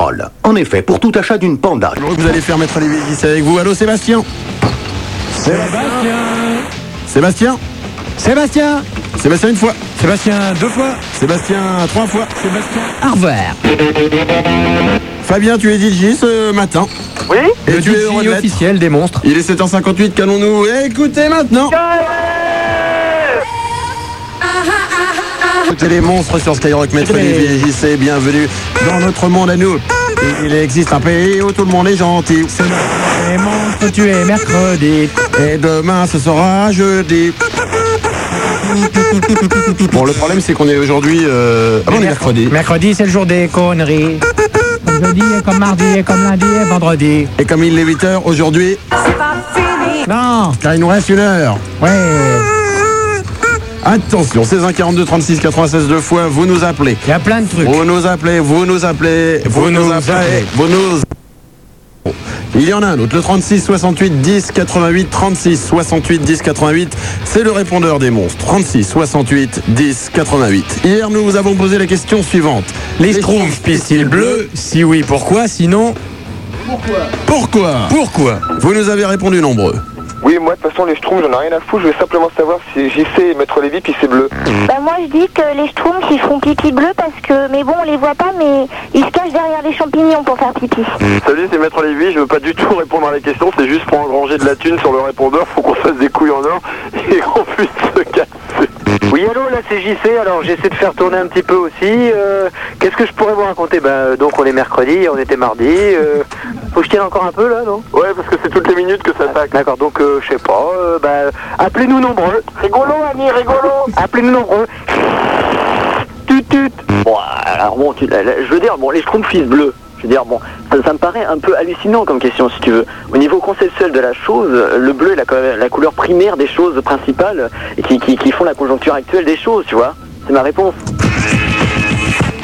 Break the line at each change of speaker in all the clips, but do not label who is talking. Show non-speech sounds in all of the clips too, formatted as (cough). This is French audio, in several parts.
Carole. En effet, pour tout achat d'une Panda.
Vous allez faire mettre les visites avec vous. Allô, Sébastien Sébastien
Sébastien Sébastien
Sébastien une fois.
Sébastien, deux fois
Sébastien trois fois.
Sébastien
Au revoir.
Fabien, tu es DJ ce matin.
Oui
Et
Le
tu es heureux
DJ
de l'être.
officiel des monstres.
Il est 7h58, qu'allons-nous écouter Eh, maintenant Écoutez les monstres sur Skyrock,
Eh
Maître
ben.
Olivier JC, bienvenue dans notre monde à nous. Il- Il existe un pays où tout le monde est gentil.
Les monstres, tu es mercredi.
Et demain, ce sera jeudi. Bon, le problème, c'est qu'on est aujourd'hui. euh, Ah bon, on est mercredi.
Mercredi, c'est le jour des conneries. Comme jeudi, et comme mardi, et comme lundi, et vendredi.
Et comme il est 8h aujourd'hui,
Non
car il nous reste une heure.
Ouais
Attention, 16 1 42 36 96 deux fois, vous nous appelez.
Il y a plein de trucs.
Vous nous appelez, vous nous appelez, vous, nous, appelez, vous nous. Il y en a un autre, le 36 68 10 88 36 68 10 88, c'est le répondeur des monstres. 36 68 10 88. Hier, nous vous avons posé la question suivante.
Les Schtroumpfs pistil bleu Si oui, pourquoi Sinon,
Pourquoi
pourquoi
Vous nous avez répondu nombreux.
Oui, moi de toute façon, les schtroumpfs, j'en ai rien à foutre. Je veux simplement savoir si JC et Maître Lévy, puis c'est bleu.
Bah moi je dis que les schtroumpfs ils font pipi bleu parce que mais bon on les voit pas mais ils se cachent derrière les champignons pour faire pipi.
Salut, c'est Maître Lévy. Je veux pas du tout répondre à la question. C'est juste pour engranger de la thune sur le répondeur. Faut qu'on se fasse des couilles en or et qu'on puisse se casser.
Oui, allô, là c'est JC, alors j'essaie de faire tourner un petit peu aussi. Euh, Qu'est-ce que je pourrais vous raconter Bah, euh, donc on est mercredi, on était mardi. euh, faut que je tienne encore un peu là, non
Ouais, parce que c'est toutes les minutes que ça attaque.
D'accord, donc euh, je sais pas, euh, bah, appelez-nous nombreux.
Rigolo, ami, rigolo
Appelez-nous nombreux. Tut tut. Bon, alors bon, tu- là, là, je veux dire, bon, les schtroumpfs bleus, je veux dire, bon, ça, ça me paraît un peu hallucinant comme question, si tu veux. Au niveau conceptuel de la chose, euh, le bleu est la, co- la couleur primaire des choses principales euh, et qui, qui- qui font la conjoncture actuelle des choses, tu vois. C'est ma réponse.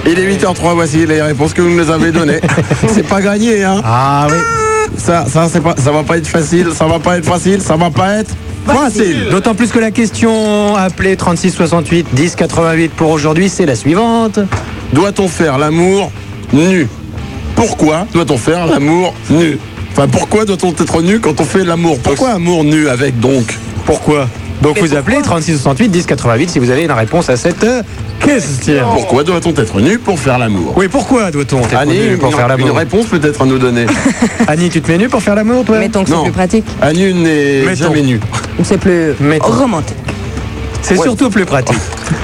Il est 8h03, voici les réponses que vous nous
(laughs)
avez données. c'est pas gagné, hein
Ah oui.
Ça, ça, c'est pas, ça va pas être facile, ça va pas être facile, ça va pas être facile.
D'autant plus que la question appelée 36 68 10 88 pour aujourd'hui, c'est la suivante.
Doit-on faire l'amour nu Pourquoi doit-on faire l'amour nu Enfin, pourquoi doit-on être nu quand on fait l'amour Pourquoi amour nu avec donc
Pourquoi
Donc vous appelez 36 68 10 88 si vous avez la réponse à cette euh, question.
Pourquoi doit-on être nu pour faire l'amour
Oui, pourquoi doit-on être
Annie,
nu
une,
pour faire
une
l'amour
réponse peut-être à nous
(laughs)
donner.
Annie, tu te mets nu pour faire l'amour, toi
Mettons que
Non.
c'est plus pratique
Annie n'est
Mettons.
jamais nue.
ou c'est plus
Mettons.
romantique
C'est surtout plus pratique.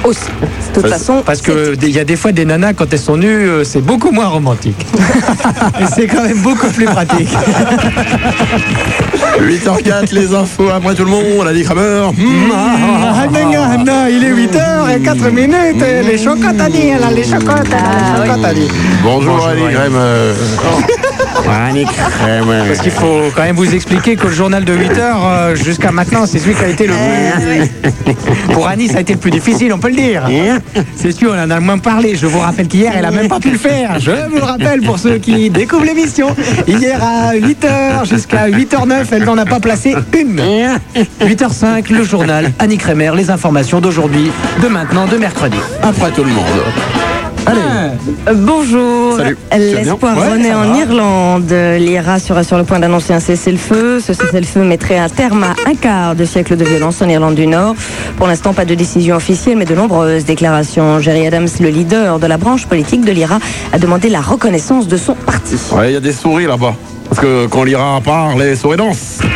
aussi. De toute façon,
Parce que il y a des fois des nanas, quand elles sont nues, euh, c'est beaucoup moins romantique. (laughs) Et c'est quand même beaucoup plus pratique.
8h04, les infos après tout le monde, la Kramer.
(laughs)
Hmm.
Ah, gna, gna, gna, il est 8h et 4 minutes. et Les chocottes, Annie, elle a les chocottes. elle a les chocottes, Annie. Oh.
Bonjour Ali Kramer.
Parce qu'il faut quand même vous expliquer que le journal de 8 heures euh, jusqu'à maintenant, c'est celui qui a été le Pour Annie, ça a été le plus difficile, on peut le dire. C'est sûr, on en a moins parlé. Je vous rappelle qu'hier, elle a même pas pu le faire. Je vous le rappelle pour ceux qui découvrent l'émission. Hier à 8h jusqu'à 8h09, elle n'en a pas placé une. Eh. 8h05, le journal, Annie Kremer, les informations d'aujourd'hui, de maintenant, de mercredi.
Après tout le monde.
ah,
Euh, Bonjour.
Salut. Tu vas bien
L'espoir
Ouais,
renaît
ça
en
va.
Irlande. L'IRA sera sur le point d'annoncer un cessez-le-feu. Ce cessez-le-feu mettrait un terme à un quart de siècle de violence en Irlande du Nord. Pour l'instant, pas de décision officielle, mais de nombreuses déclarations. Jerry Adams, le leader de la branche politique de l'IRA, a demandé la reconnaissance de son parti.
Ouais, il y a des souris là-bas. Parce que quand l'Ira part, les souris dansent.
ah.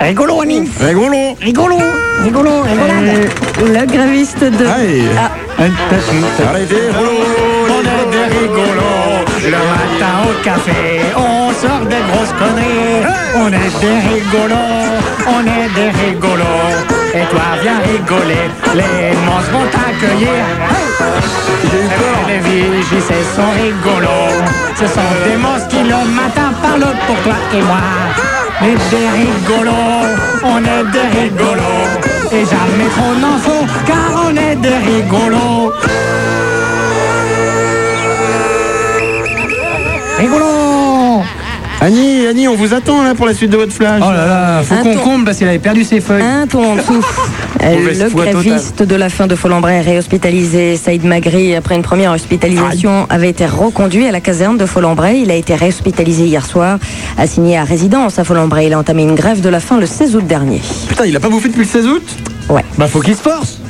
Eh,
Rigolo, Annie.
Rigolo.
Rigolo. Rigolo. Rigolo.
Euh, le gréviste de...
Allez.
Ah,
Arrêtez,
On est des rigolos, le matin au café, on sort des grosses conneries. On est des rigolos, on est des rigolos. Et toi, viens rigoler, les monstres vont t'accueillir. J'ai eu peur. Les VJC sont rigolos, ce sont des monstres qui le matin parlent pour toi et moi. Mais des rigolos, on est des rigolos. Et jamais trop n'en faut, car on est des rigolos. Rigolo
Annie, Annie, on vous attend là pour la suite de votre flash.
Oh là là, faut
Un
qu'on
tour.
comble parce qu'il avait perdu ses feuilles.
Un ton
(laughs)
en dessous. Euh,
Mauvaise
le
foi
gréviste de la fin de Folembray est réhospitalisé. Saïd Magri, après une première hospitalisation, avait été reconduit à la caserne de Folembray. Il a été réhospitalisé hier soir, assigné à résidence à Folembray. Il a entamé une grève de la faim le 16 août dernier.
Putain, il a pas bouffé depuis le 16 août
Ouais.
Bah faut qu'il se force.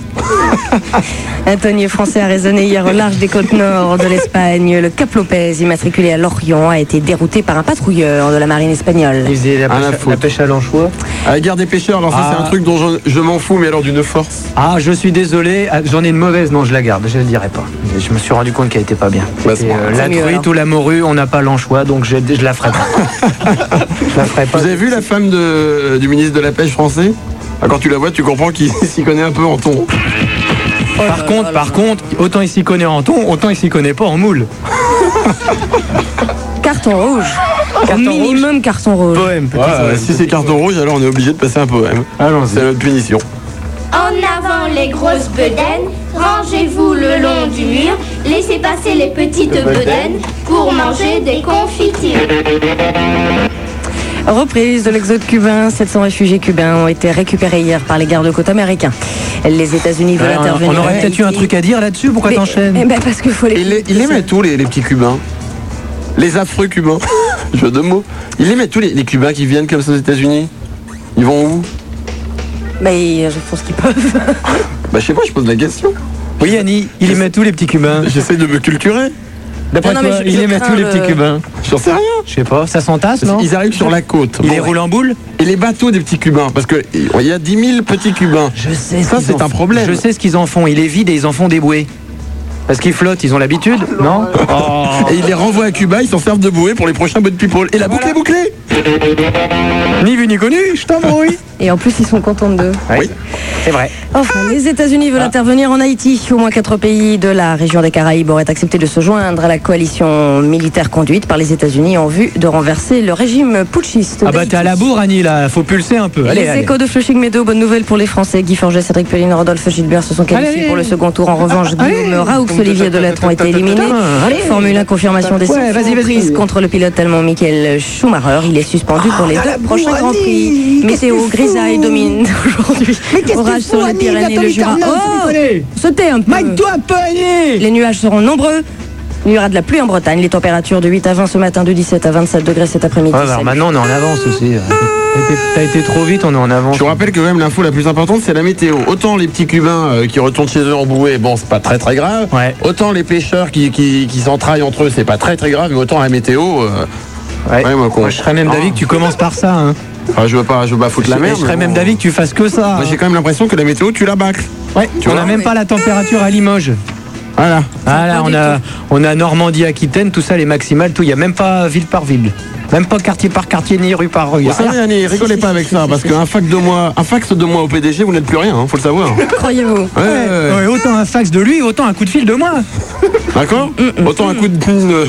Un tonnier français a résonné hier au large des côtes nord de l'Espagne. Le Cap Lopez, immatriculé à Lorient, a été dérouté par un patrouilleur de la marine espagnole.
Il faisait la
Rien à
pêche,
foutre.
la pêche à l'anchois.
À la gare des pêcheurs, alors ça
Ah.
c'est un truc dont je, je m'en fous, mais alors d'une force.
Ah, je suis désolé, ah, j'en ai une mauvaise, non, je la garde, je ne dirai pas. Je me suis rendu compte qu'elle était pas bien.
Bah, c'est
C'était, euh,
bon.
la
Tant mieux,
truite
alors.
ou la morue, on n'a pas l'anchois, donc je, je la (laughs) ferai pas. je la ferai pas.
Vous avez vu la femme de- du ministre de la Pêche français Ah, Quand tu la vois, tu comprends qu'il (laughs) s'y connaît un peu en ton.
Par contre, par contre, autant il s'y connaît en thon, autant il s'y connaît pas en moule.
Carton rouge.
Carton
Minimum carton rouge.
Poème, petit
Ouais,
poème.
si c'est carton rouge, alors on est obligé de passer un poème. C'est notre punition.
En avant les grosses bedaines, rangez-vous le long du mur, laissez passer les petites bedaines pour manger des confitures.
Reprise de l'exode cubain, 700 réfugiés cubains ont été récupérés hier par les gardes-côtes américains. Les États-Unis veulent
Ouais, on-
intervenir.
Hein, on aurait
en
peut-être eu un
Haïti.
truc à dire là-dessus, pourquoi
Mais- eh
t'enchaînes
ben parce qu'il faut les.
Il les, il les met tous les, les petits Cubains. Les affreux Cubains. (laughs) Jeu de mots. Il les met tous les, les Cubains qui viennent comme ça aux États-Unis. Ils vont où
Mais euh, je pense qu'ils peuvent.
Bah je sais pas, je pose la question.
Oui, Annie, il aimait tous les petits cubains.
J'essaie de me culturer.
D'après
Ah Non,
toi,
non, mais je-
il
je
aimait
crains
tous les
le-
petits cubains.
J'en sais rien.
Je sais pas, ça s'entasse, non
Ils arrivent sur la côte.
Il
Bon,
est roule en boule
Et les bateaux des petits Cubains, parce que il y a 10 000 petits Cubains.
Je sais.
ce Ça, qu'ils c'est en un font. problème.
Je sais ce qu'ils en font. Il est vide et ils en font des bouées. Parce qu'ils flottent, ils ont l'habitude, non
Et ils les renvoient à Cuba, ils s'en servent de bouée pour les prochains Bonne People. Et la boucle est bouclée
Ni vu ni connu, je t'embrouille.
Et en plus, ils sont contents d'eux.
Oui.
C'est vrai. Ah.
Enfin, les États-Unis veulent intervenir en Haïti. Au moins quatre pays de la région des Caraïbes auraient accepté de se joindre à la coalition militaire conduite par les États-Unis en vue de renverser le régime putschiste.
Ah bah
d'Haïti.
t'es à la bourre, Annie, là. Faut pulser un peu. Allez,
les
allez.
échos de Flushing Meadow, bonne nouvelle pour les Français. Guy Forget, Cédric Pellin, Rodolphe Gilbert se sont qualifiés
Allez. Ah,
pour le second tour. En revanche, Guillaume Raoult, Olivier Delattre ont été éliminés. Formule 1, confirmation des
Ouais, vas-y, vas-y.
prises contre le pilote allemand Michael Schumacher. Il est suspendu pour les
Ah,
deux prochains Grands Prix. Météo, grisaille domine (laughs) aujourd'hui. Orage sur les Pyrénées, le Jura. Oh, sautez un peu. Les nuages seront nombreux. Il y aura de la pluie en Bretagne. Les températures de 8 à 20 ce matin, de 17 à 27 degrés cet après-midi.
Ouais, Ah, alors
Salut.
maintenant on est en avance aussi. T'as été- T'as été trop vite, on est en avance.
Je vous rappelle que même l'info la plus importante, c'est la météo. Autant les petits Cubains euh, qui retournent chez eux en bouée, bon, c'est pas très très grave.
Ouais.
Autant les pêcheurs qui, qui, qui s'entraillent entre eux, c'est pas très très grave. Mais autant la météo, euh,
Ouais.
Ouais, moi, con.
Moi, je serais même d'avis que tu commences par ça. hein.
enfin, je veux pas, je veux pas foutre la
Je-
merde.
je serais
mais
même
bon.
d'avis que tu fasses que ça.
Moi,
hein.
j'ai quand même l'impression que la météo, tu la bâcles.
Ouais,
Tu
on
vois
n'a même pas la température à Limoges.
Voilà.
Ah là,
pas
on
du
a, on a Normandie, Aquitaine, tout ça, les maximales, tout. Il n'y a même pas ville par ville. Même pas quartier par quartier, ni rue par rue.
Vous savez, Annie, rigolez pas avec ça, parce qu'un fax de moi, un fax de moi au PDG, vous n'êtes plus rien, hein, faut le savoir.
(laughs)
Ouais,
Croyez-vous
ouais,
Ouais,
ouais.
ouais, autant un fax de lui, autant un coup de fil de moi.
D'accord
Mm,
Autant un coup de. euh,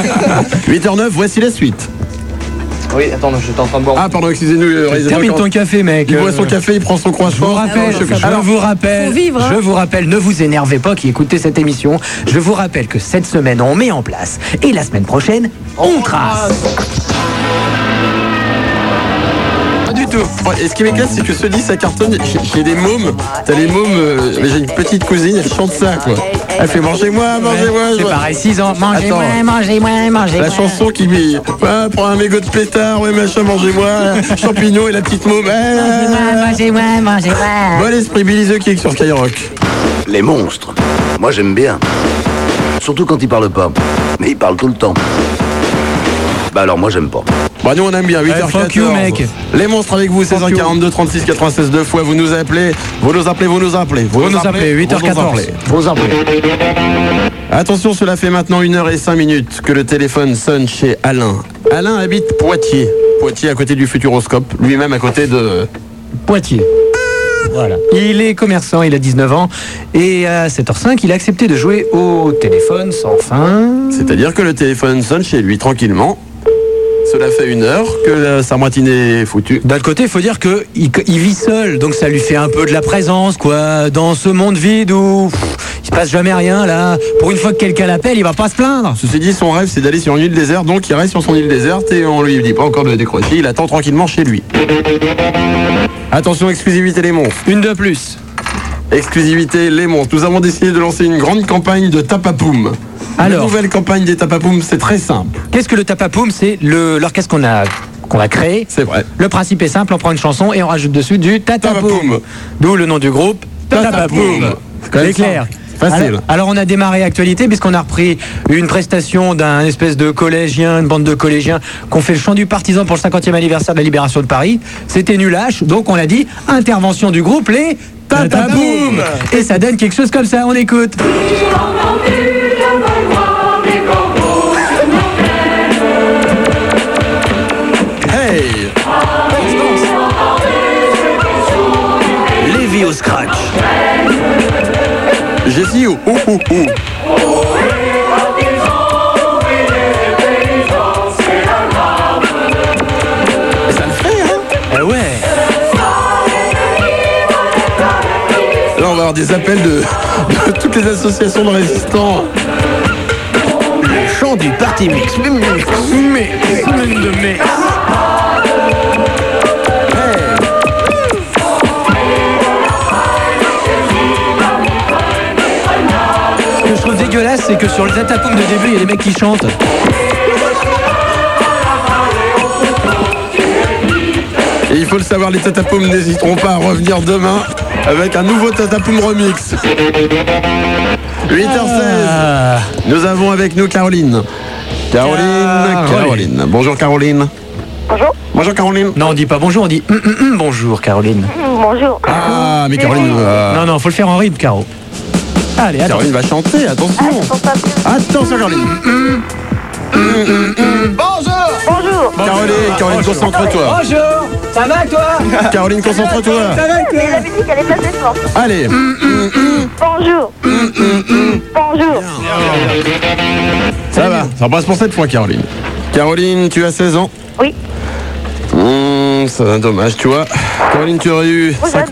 (laughs) 8h09, voici la suite.
Oui, attends, je t'entends boire.
Ah, pardon, excusez-nous, le réalisateur.
Termine ton café, mec.
Il boit
Euh,
son café, il prend son
Je vous
croissant.
rappelle,
Ah ouais,
je,
ça va.
vous rappelle,
Faut vivre, hein.
je vous rappelle, ne vous énervez pas qui écoutez cette émission. Je vous rappelle que cette semaine on met en place et la semaine prochaine on trace.
Pas du tout. Ouais, Et ce qui m'éclate, c'est que ce dit, ça cartonne. J'ai- J'ai des mômes. T'as les mômes. euh, mais J'ai une petite cousine, elle chante ça, quoi. Elle fait mangez-moi, mangez-moi.
C'est
je-
pareil, 6 ans. Mangez-moi,
Attends.
mangez-moi, mangez-moi.
La chanson qui met ouais, prends un mégot de pétard, ouais machin, mangez-moi, champignons et la petite môme. ouais.
Mangez-moi, mangez-moi.
Bon esprit Billy the Kick sur Skyrock.
Les monstres. Moi, j'aime bien. Surtout quand ils parlent pas. Mais ils parlent tout le temps. Bah alors, moi, j'aime pas.
Bah nous on aime bien 8 h
Ouais, Eh, fuck you, mec.
Les monstres avec vous 16 h 42 36 96 deux fois vous nous appelez vous nous appelez vous nous appelez vous,
Vous nous appelez,
vous nous
8h14.
appelez.
Vous nous appelez.
Attention cela fait maintenant 1h05 minutes que le téléphone sonne chez Alain. Alain habite Poitiers. Poitiers à côté du Futuroscope, lui-même à côté de
Poitiers. Voilà. Il est commerçant, il a 19 ans. Et à 7h05, il a accepté de jouer au téléphone sans fin.
c'est-à-dire que le téléphone sonne chez lui tranquillement. Cela fait une heure que la- sa matinée est foutue.
D'un autre côté, il faut dire que il, il vit seul, donc ça lui fait un peu de la présence, quoi, dans ce monde vide où pff, il Il se passe jamais rien là. Pour une fois que quelqu'un l'appelle, il va pas se plaindre.
Ceci dit, son rêve, c'est d'aller sur une île déserte, donc il reste sur son île déserte et on lui dit pas encore de décrocher, il attend tranquillement chez lui. Attention, exclusivité les monstres.
Une de plus.
Exclusivité les monstres. Nous avons décidé de lancer une grande campagne de tapapoum.
Alors.
La nouvelle campagne des tapapoum, c'est très simple.
Qu'est-ce que le tapapoum C'est le l'orchestre qu'on a qu'on va créer.
C'est vrai.
Le principe est simple, on prend une chanson et on rajoute dessus du
Tapapoum.
tatapoum. D'où le nom du groupe
Tatapoum.
Tatapoum.
C'est quand même
C'est clair.
simple. Facile.
Alors, alors on a démarré actualité puisqu'on a repris une prestation d'un espèce de collégien, une bande de collégiens qu'on fait le chant du partisan pour le 50e anniversaire de la libération de Paris. C'était nulache, donc on a dit intervention du groupe les Tatapoum. Et ça donne quelque chose comme ça, on écoute.
Hey
Lévi au scratch.
J'ai dit oh, oh, oh, oh. Et ça le fait, hein
Eh ouais.
Là, on va avoir des appels de, (laughs) de toutes les associations de résistants.
Le chant du parti mix.
Ce que je trouve dégueulasse, c'est que sur le tatapoum de début, il y a des mecs qui chantent.
Et il faut le savoir, les Tatapoum n'hésiteront pas à revenir demain avec un nouveau Tatapoum remix. 8h16,
Ah.
nous avons avec nous Caroline. Caroline,
Caroline.
Caroline. Bonjour Caroline.
Bonjour.
Bonjour Caroline.
Non, on dit pas bonjour, on dit hum, hum, hum, bonjour, Caroline.
Bonjour.
Ah, mais Caroline, euh,
Non, non, faut le faire en rythme, Caro. Allez, attends.
Ah, Caroline va chanter, attention.
Ah,
Attention Caroline.
Bonjour.
Caroline, Caroline, concentre-toi.
Bonjour, ça va toi
Caroline, concentre-toi.
va
Mais la musique, elle est placée forte.
Allez.
Bonjour.
Mm,
Bonjour.
Ça va, ça passe pour cette fois, Caroline. Caroline, tu as 16 ans
Oui.
Hum, c'est un dommage, tu vois. Caroline, tu aurais eu
Oui,
5,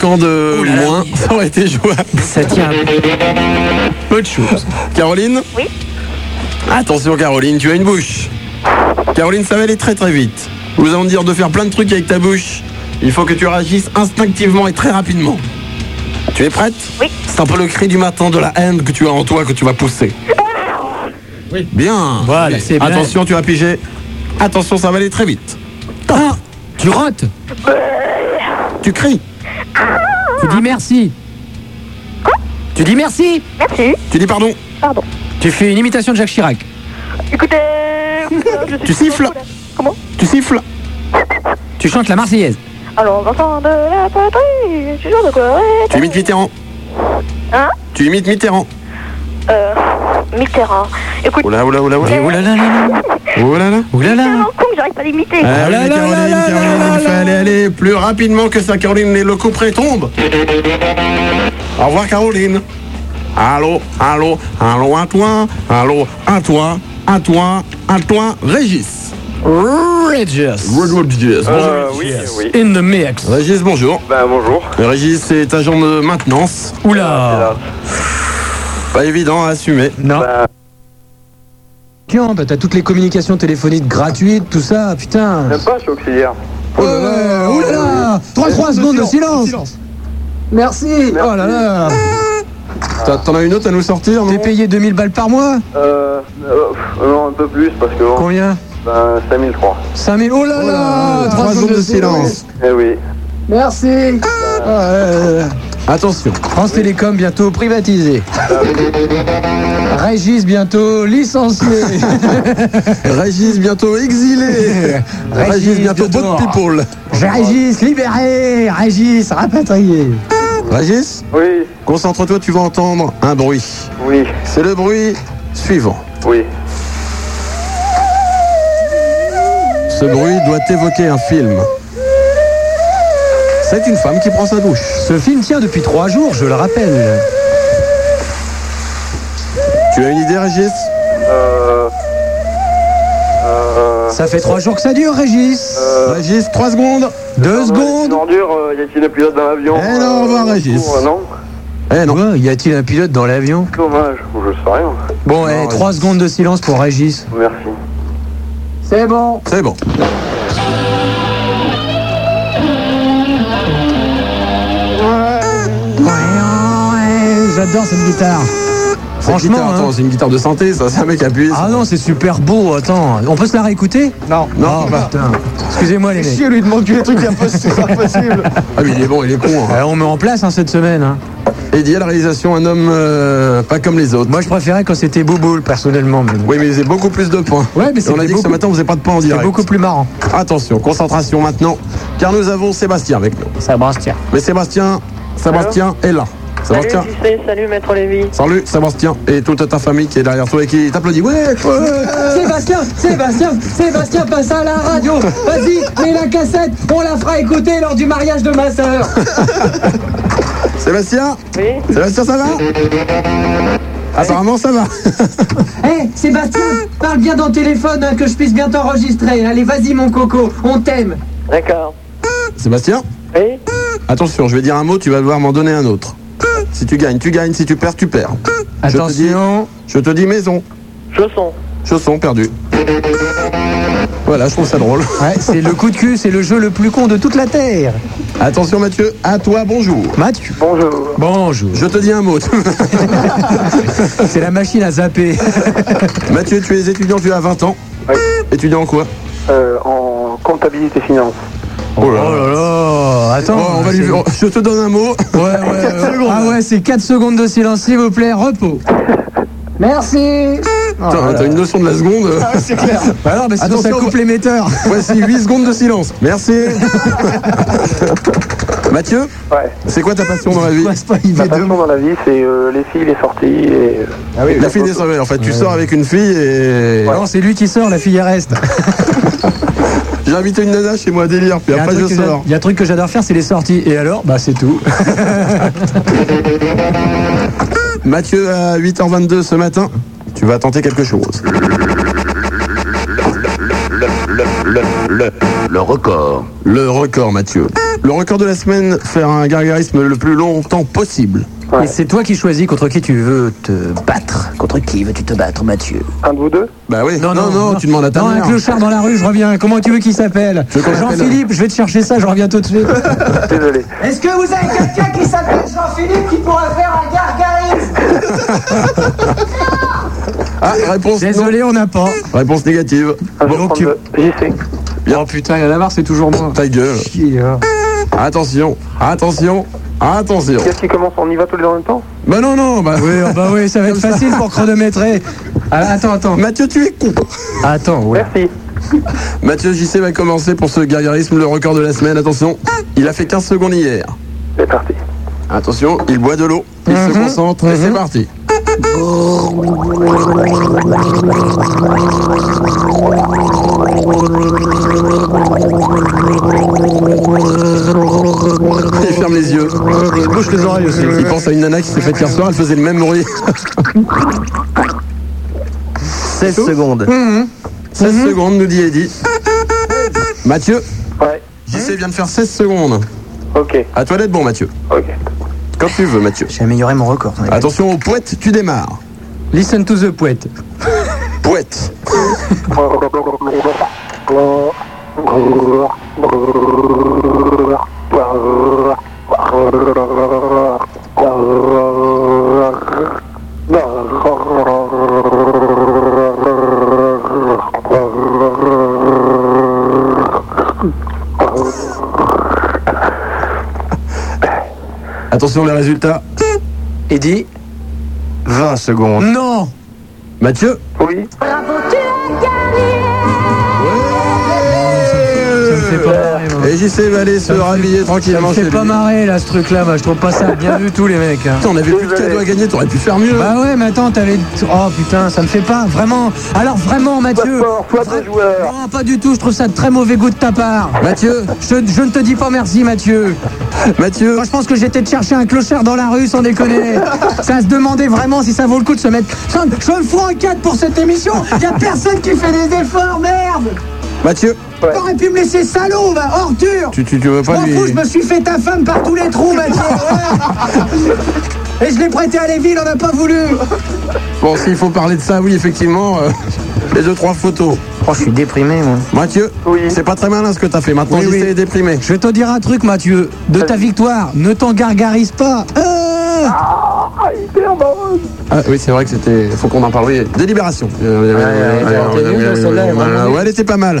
Jeanne.
ans de moins, (laughs) ça aurait été jouable.
Ça tient.
Peu de choses. Caroline
Oui.
Attention, Caroline, tu as une bouche. Caroline, ça va aller très très vite. Nous allons te dire de faire plein de trucs avec ta bouche. Il faut que tu réagisses instinctivement et très rapidement. Tu es prête
Oui.
C'est un peu le cri du matin de la haine que tu as en toi que tu vas pousser. Oui. Bien.
Voilà,
Oui.
c'est bien.
Attention, tu vas piger. Attention, ça va aller très vite.
Ah, tu rotes
Tu cries.
Tu dis merci. Tu dis merci
Merci.
Tu dis pardon.
Pardon.
Tu fais une imitation de Jacques Chirac.
(laughs)
Écoutez. euh, je suis
Tu siffles
Comment
Tu siffles.
Tu chantes la Marseillaise.
Alors, Vincent de la patrie, je jure de quoi
Tu imites Mitterrand.
Hein
Tu imites Mitterrand.
Euh, Mitterrand. Écoute,
Oh là, oh là, oh là, oh là.
Oh là là là là.
Oh là là.
Oh là là.
Mitterrand, con, j'arrive pas à l'imiter. Euh,
Ah
là
oui,
là
Caroline,
là
Caroline,
là
il
là
fallait
là.
aller plus rapidement que ça, Caroline, les locaux près tombent. Au revoir, Caroline. Allô, allô, allô à toi, allô à toi, à toi, à toi, Régis.
Régis.
Régis, bonjour.
Euh, oui, oui.
In the mix.
Régis, bonjour.
Ben bonjour.
Régis est agent de maintenance.
Oula.
Pas évident à assumer.
Non. Tiens, bah, t'as toutes les communications téléphoniques gratuites, tout ça, putain.
Même pas, je suis auxiliaire.
Oh là là, oh là là 3 3 secondes de silence. Merci. Oh là là
T'en- T'en as une autre à nous sortir, non
T'es payé 2000 balles par mois
Euh, euh, pff, non, un peu plus parce que bon,
Combien
ben, 5003.
5000 Oh là là
3 secondes de silence.
Eh oui.
Merci Ah, euh,
Attention.
France Télécom bientôt (laughs) privatisé. Régis bientôt (laughs) licencié.
Régis bientôt exilé. (laughs) Régis bientôt
de
bot
dehors.
people.
Régis libéré. Régis rapatrié.
Régis,
Oui,
concentre-toi, tu vas entendre un bruit.
oui,
C'est le bruit suivant.
oui.
Ce bruit doit évoquer un film. C'est une femme qui prend sa douche.
Ce film tient depuis 3 jours, je le rappelle.
Tu as une idée, Régis
Euh, euh,
Ça fait 3 jours que ça dure, Régis.
Régis, 3 secondes.
2
Une
secondes.
ordure, euh, y a-t-il un pilote dans l'avion
Eh non, au revoir, Régis.
pour, euh, non
Eh non.
Ouais, y a-t-il un pilote dans l'avion
Dommage, je sais rien.
Bon, eh, trois secondes de silence pour Régis.
Merci.
C'est bon.
C'est bon.
J'adore cette guitare.
Cette
Franchement,
guitare, attends,
hein.
c'est une guitare de synthé, ça, c'est un mec appuyé.
Ah non, c'est super beau. Attends, on peut se la réécouter
Non.
Non, putain. Excusez-moi les mecs.
Si on lui demande que des trucs impossibles, c'est impossible.
Ah, mais il est bon, il est con. (laughs) hein.
Euh, on met en place hein, cette semaine. hein.
Et dit à la réalisation, un homme euh, pas comme les autres.
Moi, je préférais quand c'était Bouboule, personnellement. mais bon.
Oui, mais il faisait beaucoup plus de points.
Ouais, mais
Et on a
c'était
dit que ce
beaucoup-
matin, on faisait pas de points en
C'était
direct.
beaucoup plus marrant.
Attention, concentration maintenant, car nous avons Sébastien avec nous.
Ça brasse, tiens.
Mais Sébastien, Sébastien est là. Sébastien,
salut Maître Lévy.
salut Sébastien et toute ta famille qui est derrière toi et qui t'applaudit. Ouais, ouais.
Sébastien, Sébastien, Sébastien, passe à la radio. Vas-y, mets la cassette, on la fera écouter lors du mariage de ma sœur.
Sébastien,
Oui
Sébastien, ça va Apparemment, ça va.
Hé, Sébastien, parle bien dans le téléphone hein, que je puisse bien t'enregistrer. Allez, vas-y, mon coco, on t'aime.
D'accord.
Sébastien,
Oui
attention, je vais dire un mot, tu vas devoir m'en donner un autre. Si tu gagnes, tu gagnes, si tu perds, tu perds. Je te dis,
Attention.
je te dis maison,
Chausson.
chaussons perdus. Voilà, je trouve ça drôle.
Ouais, c'est le coup de cul, c'est le jeu le plus con de toute la Terre.
Attention Mathieu, à toi, bonjour.
Mathieu.
Bonjour.
Bonjour.
Je te dis un mot. (laughs)
C'est la machine à zapper.
Mathieu, tu es étudiant, tu as 20 ans.
Oui.
Étudiant en quoi
Euh, en comptabilité finance.
Oh
Oh là là. Attends.
Oh, on va lui-
c'est-
oh, Je te donne un mot.
Ouais, ouais, ouais. Ah ouais, c'est 4 secondes de silence, s'il vous plaît, repos.
Merci.
Putain, T'as une notion de la seconde.
C'est clair.
(laughs) Bah non, mais sinon
Attention,
ça coupe l'émetteur.
(laughs) Voici 8 secondes de silence.
(laughs)
Merci. Mathieu,
Ouais.
c'est quoi ta passion dans la
(laughs)
vie
Passe pas, il
Ma
va
passion dans la vie, c'est euh, les filles, les sorties et. euh,
La fille des sauvages. En fait, tu sors avec une fille et.
Non, c'est lui qui sort, la fille elle reste.
J'ai invité une nana chez moi à délire, puis
Il y a un
après je
truc que j'a-
sors.
il y a un truc que j'adore faire, c'est les sorties. Et alors, bah c'est tout.
Mathieu, à 8h22 ce matin, tu vas tenter quelque chose.
Le, le, le, le, le record.
Le record, Mathieu. Le record de la semaine, faire un gargarisme le plus longtemps possible.
Ouais.
Et c'est toi qui choisis contre qui tu veux te battre. Contre qui veux-tu te battre, Mathieu
Un de vous deux
Bah oui. Non, non, tu demandes à ta
Non, un
mère.
clochard dans la rue, je reviens. Comment tu veux qu'il s'appelle
veux qu'on l'appelle
Jean-Philippe, je vais te chercher ça, je reviens tout
(laughs)
de suite. Ah,
Désolé.
Est-ce que vous avez quelqu'un qui s'appelle Jean-Philippe qui pourrait faire un gargarisme
Ah, réponse non.
Désolé, on n'a pas.
Réponse négative.
Un jour,
Bon,
donc tu-
32. J'y sais.
Oh putain, il y en a marre, c'est toujours moi.
ta gueule. Attention, attention, attention.
Qu'est-ce qui commence On y va tous les deux en même temps
Bah non, non, bah.
Oui, bah oui, ça va être facile pour chronométrer. (laughs) Ah, attends, attends.
Mathieu, tu es con.
Attends, ouais.
Merci.
Mathieu JC va commencer pour ce gargarisme, le record de la semaine. Attention, il a fait 15 secondes hier.
C'est parti.
Attention, il boit de l'eau, il se concentre et c'est parti. Il ferme les yeux. Il bouche les oreilles aussi.
Euh,
Il pense à une nana qui s'est faite hier soir, elle faisait le même bruit.
16 secondes.
16 Mm-hmm.
Mm-hmm.
secondes, nous dit Eddy. Mathieu,
Ouais.
JC vient de faire 16 secondes.
Ok.
À toi d'être bon, Mathieu.
Ok.
Quand tu veux, Mathieu.
J'ai amélioré mon record. hein, ouais.
Attention au poète, tu démarres.
Listen to the poète.
Poète. Attention les résultats.
Et dit
20 secondes.
Non
Mathieu.
Oui.
Ça me fait pas marrer, moi.
Euh, Et JC va aller se rhabiller
Ça
tranquillement
me
chez
fait pas
lui.
marrer là ce truc là, moi je trouve pas ça bien du tout les mecs. hein.
Putain, on avait plus de cadeaux à gagner, t'aurais pu faire mieux. hein.
Bah ouais mais attends t'avais... Oh putain ça me fait pas vraiment... Alors vraiment Mathieu
fort, sois bon
vra-
joueur.
Non pas du tout, je trouve ça de très mauvais goût de ta part.
Mathieu,
Je, je ne te dis pas merci Mathieu.
Mathieu,
Moi je pense que j'étais de chercher un clochard dans la rue sans déconner. Ça se demandait vraiment si ça vaut le coup de se mettre... Ça- Je me fous en quatre pour cette émission Y a personne qui fait des efforts, merde
Mathieu,
T'aurais pu me laisser salaud, va, ordure
tu, tu, tu veux pas
M'en
lui.
(laughs) fous, je me suis fait ta femme par tous les trous, Mathieu.
Et je l'ai prêté à Lévi, il en a pas voulu
Bon, s'il faut parler de ça, oui, effectivement, euh, (laughs) les deux, trois photos. Oh, je suis déprimé, moi. Mathieu, c'est pas très malin ce que t'as fait. Maintenant,
Oui,
il
oui.
s'est déprimé.
Je vais te dire un truc, Mathieu. De ta victoire, ne t'en gargarise pas. Ah
Ah, oui, c'est vrai que c'était. Faut qu'on en parle. Oui, délibération. Ouais, elle était pas mal. (laughs)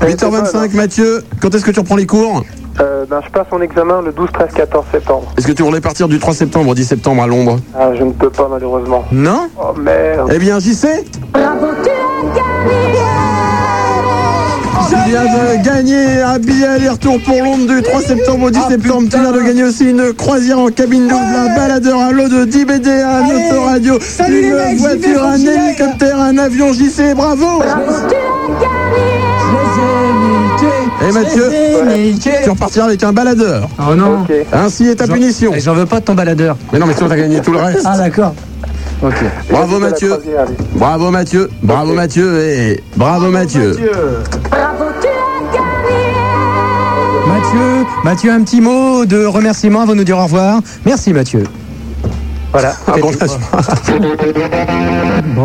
8h25, Mathieu, quand est-ce que tu reprends les cours
Euh, ben, je passe mon examen le 12, 13, 14 septembre.
Est-ce que tu voulais partir du 3 septembre au 10 septembre à Londres
Ah, je ne peux pas malheureusement.
Non
Oh merde.
Eh bien, j'y sais Tu viens de gagner un billet aller-retour pour Londres du 3 septembre au 10 septembre. Tu viens de gagner aussi une croisière en cabine double, un baladeur, un lot de 10 BD, un autoradio,
Salut les
une
mecs, j'y vais,
voiture,
faut
un
que j'y aille,
hélicoptère, un avion. J'y sais, bravo Et Mathieu, tu repartiras avec un baladeur.
Eh, Oh non.
Ainsi est ta punition.
J'en veux pas de ton baladeur.
Mais non, mais sinon t'as gagné tout le reste.
Ah d'accord.
Ok. Eh, Bravo Mathieu. Bravo Mathieu. Bravo Mathieu. Et bravo Mathieu.
Mathieu, Mathieu, un petit mot de remerciement avant de nous dire au revoir. Merci Mathieu.
Voilà. (laughs)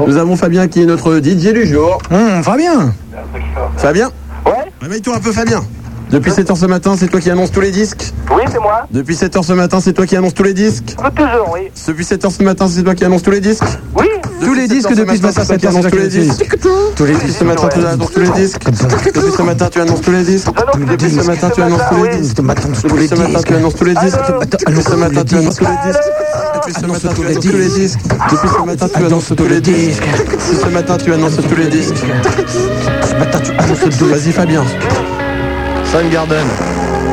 Nous avons Fabien qui est notre Didier du jour.
Hum, Fabien
Fabien Ouais Réveille-toi un peu Fabien Depuis 7h ce matin, c'est toi qui annonce tous les disques
Oui, c'est moi.
Depuis 7h ce matin, c'est toi qui annonce tous les disques
Toujours, oui.
Depuis 7h ce matin, c'est toi qui annonce tous les disques
Oui
Tous les disques depuis ce matin,
c'est toi qui
7h,
annonce tous les
c'est toi qui
disques Tous les disques. Ce matin, tu annonces tous les disques Depuis ce matin, tu annonces tous les disques Depuis ce matin, tu annonces tous les disques Depuis ce matin, tu annonces tous les disques Depuis ce matin, tu annonces tous les disques depuis ce matin, tu annonces tous les disques. Depuis ce matin, tu annonces tous les disques. Depuis ce matin, tu annonces tous les disques. Ce matin, tu annonces tous les Vas-y, Fabien. Sun Garden.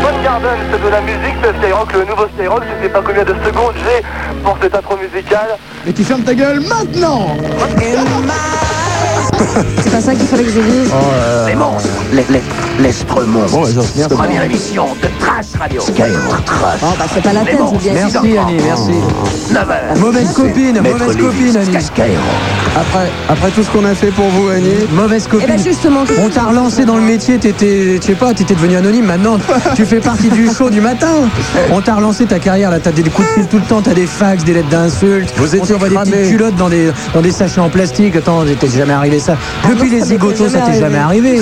Bonne Garden, c'est de la musique, c'est Skyrock, le nouveau Skyrock, je sais pas combien de secondes j'ai pour cette intro musicale.
Mais tu fermes ta gueule maintenant
C'est pas ça qu'il fallait que je dise.
Les monstres, les, les, les Stremons. Première émission de Trash Radio. Skyrock Trash.
Oh, bah, c'est pas la
Les
peine,
monstres,
j'ai bien
six
dit.
enfants.
Merci, Annie, merci.
9h.
Mauvaise copine,
Maître
mauvaise
Lévy,
copine Annie.
Après, après tout ce qu'on a fait pour vous Annie.
Mauvaise copine.
Eh ben, justement,
On t'a relancé dans le métier, t'étais, tu sais pas, t'étais devenu anonyme. Maintenant, tu fais partie du show du matin. On t'a relancé ta carrière, là, t'as des coups de fil tout le temps, t'as des fax, des lettres d'insultes.
Vous
On
étiez
t'envoie des
cramés.
petites culottes dans des, dans des sachets en plastique. Attends, t'es jamais arrivé Ah ça. Depuis les zigotos, ça t'est jamais arrivé.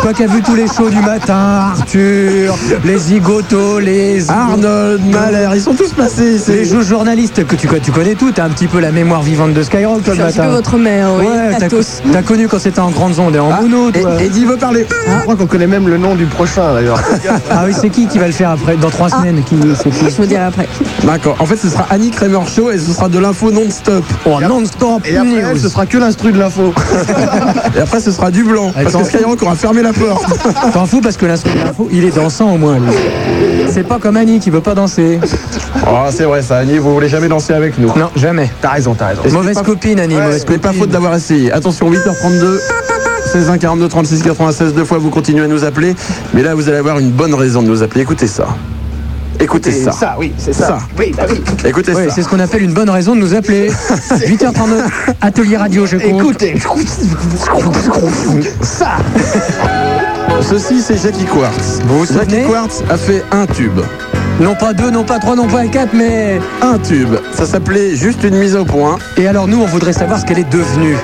Toi qui as vu tous les shows du matin, Arthur, les zigotos, les.
Arnold, Mahler, ils sont tous passés ici.
Les jeux journalistes que tu, tu connais tout, t'as un petit peu la mémoire vivante de Skyrock, toi,
Je suis
le
un petit
matin.
peu votre mère, oui.
Ouais, t'as-
Athos.
t'as connu quand c'était en grande ondes et
Ah,
en Bruno, toi.
Et Eddie veut parler. Je crois qu'on connaît même le nom du prochain d'ailleurs.
Ah oui, c'est qui qui va le faire après Dans trois semaines qui, c'est qui
Ah. Je vous dirai après.
D'accord. En fait, ce sera Annie Kramer Show et ce sera de l'info non-stop.
Oh, non-stop
Et après,
news.
elle, ce sera que l'instru de l'info.
Et après, ce sera du blanc. Parce
Attends.
que Skyrock aura fermé la porte.
(laughs) T'en fous parce que l'instru de l'info, il est dansant au moins, lui. C'est pas comme Annie qui veut pas danser.
Oh, c'est vrai ça, Annie, vous voulez jamais danser avec nous.
Non, jamais.
T'as raison, t'as raison.
Mauvaise copine, Annie, mauvaise
Mais pas
copine.
faute d'avoir essayé. Attention, 8h32. 16 1 42 36 96 deux fois vous continuez à nous appeler mais là vous allez avoir une bonne raison de nous appeler écoutez ça écoutez ça,
oui, c'est
Ça.
Oui, bah oui.
écoutez
Ouais,
ça
c'est ce qu'on appelle une bonne raison de
(laughs)
nous appeler. 8h39, atelier radio, je compte.
Écoutez. Ça.
ceci c'est Jackie Quartz
Vous vous
Jackie
souvenez
Quartz a fait un tube
Non pas deux, non pas trois, non pas quatre, mais...
un tube ça s'appelait juste une mise au point
Et alors nous, on voudrait savoir ce qu'elle est devenue.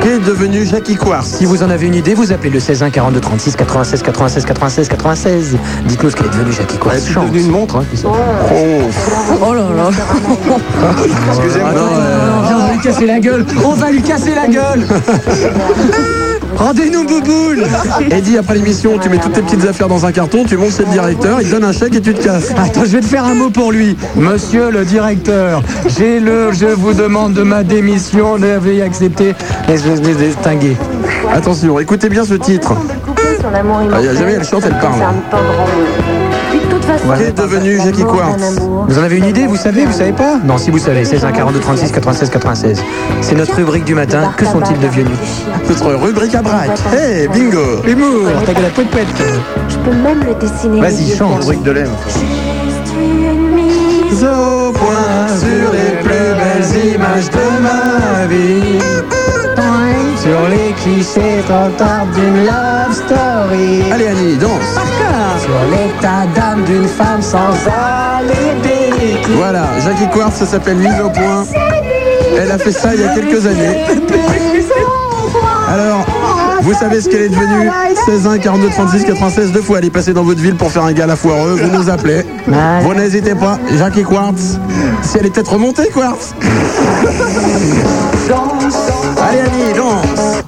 qu'est devenu Jackie Quartz
Si vous en avez une idée, vous appelez le 16 1 42 36 96 96 96 96. Dites-nous ce qu'elle est devenue, Jackie Quoi.
Elle est devenue une montre.
Oh.
Oh là là.
Ah, non, euh,
Non, viens, on va lui casser la gueule On va lui casser la gueule Rendez-nous bouboule
Eddie, après l'émission, tu mets toutes tes petites affaires dans un carton, tu montes chez le directeur, il te donne un chèque et tu te casses.
Attends, je vais te faire un mot pour lui. Monsieur le directeur, j'ai le je vous demande de ma démission, veuillez accepter les je vais distinguer.
Attention, écoutez bien ce titre. Ah, y a jamais, elle chante, elle parle. Qu'est devenu Jackie Quartz
Vous en avez une idée, vous savez, vous savez pas Non, si vous savez, 16 1 42 36 96 96. C'est notre rubrique du matin, que sont-ils devenus
Notre rubrique à braque. Hey, bingo
Humour, t'as que la poupette.
Je peux même le dessiner.
Vas-y, chante.
de l'aime.
Au point sur les plus belles images de ma vie.
Times
Sur les clichés tentards d'une love story. Allez, Annie, danse. Sur l'état d'âme d'une femme sans alibi.
Voilà, Jackie Quartz, ça s'appelle Mise au point. Elle a fait ça il y a quelques années. Alors, vous savez ce qu'elle est devenue 16 1 42 36 96 deux fois. Elle est passée dans votre ville pour faire un gala foireux. Vous nous appelez. Vous n'hésitez pas. Jackie Quartz. Si elle est peut-être remontée, Quartz. Allez, Annie, danse.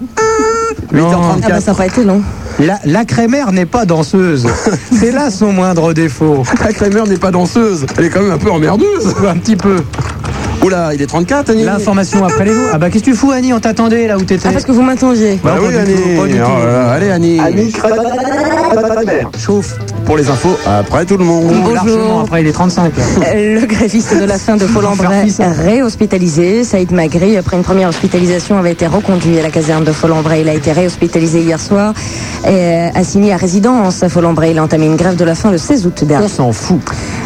8h34.
Ah bah, ça n'a pas été long.
La, la crémère n'est pas
(laughs)
danseuse. C'est là son moindre défaut.
La crémère Ah, n'est pas danseuse. Elle est quand même un peu emmerdeuse.
Un petit peu.
Oula, il est 34, Annie.
L'information après les autres. Ah bah qu'est-ce que tu fous, Annie On t'attendait là où t'étais.
Ah, parce que vous m'attendiez.
Bah
Non,
oui,
pas du
Annie.
tout, pas du tout.
Oh là là, allez, Annie.
Chauffe.
Pour les infos, après tout le monde.
Bonjour.
Largement après, il est
(laughs)
35. là.
Euh, Le gréviste de la faim de Follambray réhospitalisé. Saïd Magri, après une première hospitalisation, avait été reconduit à la caserne de Follambray. Il a été réhospitalisé hier soir et euh, assigné à résidence à Follambray. Il a entamé une grève de la faim le 16 août dernier.
On s'en fout.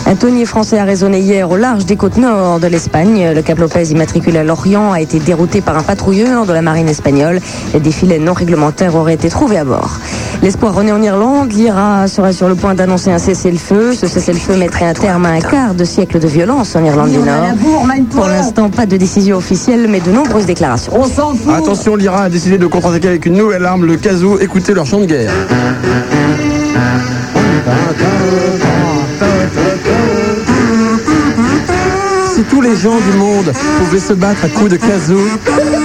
Un tonnier français a résonné hier au large des côtes nord de l'Espagne. Le Cap Lopez, immatriculé à Lorient, a été dérouté par un patrouilleur de la marine espagnole. Des filets non réglementaires auraient été trouvés à bord. L'espoir rené en Irlande, l'IRA sera sur le point d'annoncer un cessez-le-feu. Ce cessez-le-feu mettrait un terme à un quart de siècle de violence en Irlande du Nord. Pour l'instant, pas de décision officielle, mais de nombreuses déclarations.
Attention, l'IRA a décidé de contre-attaquer avec une nouvelle arme, le casou. Écoutez leur chant de guerre. Si tous les gens du monde pouvaient se battre à coups de casou,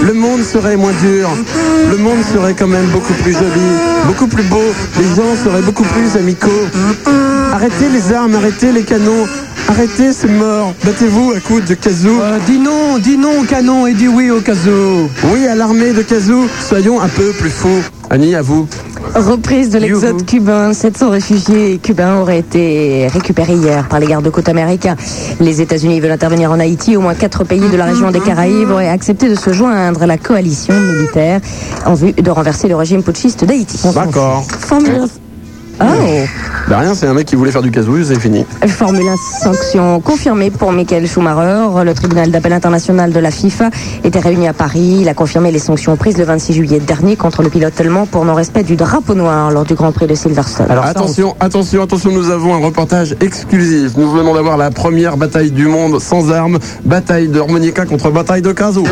le monde serait moins dur. Le monde serait quand même beaucoup plus joli, beaucoup plus beau. Les gens seraient beaucoup plus amicaux. Arrêtez les armes, arrêtez les canons, arrêtez ces morts. Battez-vous à coups de casou.
Euh, dis non, dis non au canon et dis oui au caso.
Oui à l'armée de Kazoo, soyons un peu plus fous. Annie, à vous.
Reprise de l'exode cubain. 700 réfugiés cubains auraient été récupérés hier par les gardes-côtes américains. Les États-Unis veulent intervenir en Haïti. Au moins quatre pays de la région des Caraïbes auraient accepté de se joindre à la coalition militaire en vue de renverser le régime putschiste d'Haïti.
D'accord.
Formule... Oh.
Bah rien, c'est un mec qui voulait faire du Kazoo, c'est fini.
Formule 1 sanction confirmée pour Michael Schumacher. Le tribunal d'appel international de la FIFA était réuni à Paris. Il a confirmé les sanctions prises le 26 juillet dernier contre le pilote allemand pour non-respect du drapeau noir lors du Grand Prix de Silverstone.
Alors attention, attention, attention, nous avons un reportage exclusif. Nous venons d'avoir la première bataille du monde sans armes, bataille de harmonica contre bataille de Kazoo.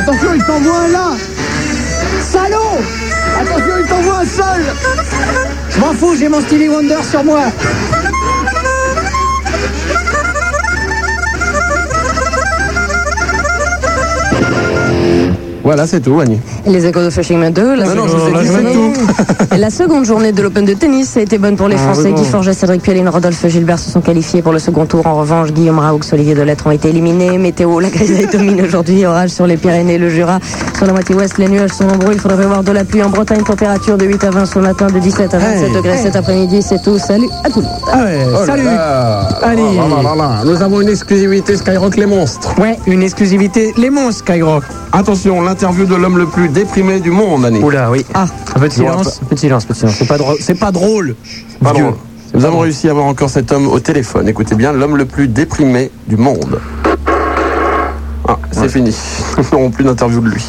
Attention, il t'envoie un là. Salaud Attention, il t'envoie un sol. Je m'en fous, j'ai mon Stevie Wonder sur moi.
Voilà, c'est tout, Annie.
Les accords de Flushing 2, la,
Ah Non, non, je vous ai
seconde-
dit, c'est tout.
la seconde journée de l'Open de tennis a été bonne pour les
Ah,
Français.
oui, bon.
Guy Forget, Cédric Pioline, Rodolphe Gilbert se sont qualifiés pour le second tour. En revanche, Guillaume Raoult, Olivier Delettre ont été éliminés. Météo, la grisaille domine aujourd'hui. Orage sur les Pyrénées, le Jura. Sur la moitié ouest, les nuages sont nombreux. Il faudrait voir de la pluie en Bretagne. Température de 8 à 20 ce matin, de 17 à 27
Hey.
degrés cet après-midi. C'est tout. Salut à tout le monde.
Ah ouais,
Oh là
salut.
là.
Allez.
Oh là là là. Nous avons une exclusivité Skyrock les monstres.
Ouais, une exclusivité. Les monstres, Skyrock.
Attention, l'interview de l'homme le plus déprimé du monde, Annie.
Oula, oui.
Ah,
Un peu de silence, un peu de silence, un peu de silence. C'est pas drôle. C'est pas drôle.
Pas
Dieu.
drôle. Nous avons réussi à avoir encore cet homme au téléphone. Écoutez bien, l'homme le plus déprimé du monde. Ah, c'est fini. (laughs) Nous n'aurons plus d'interview de lui.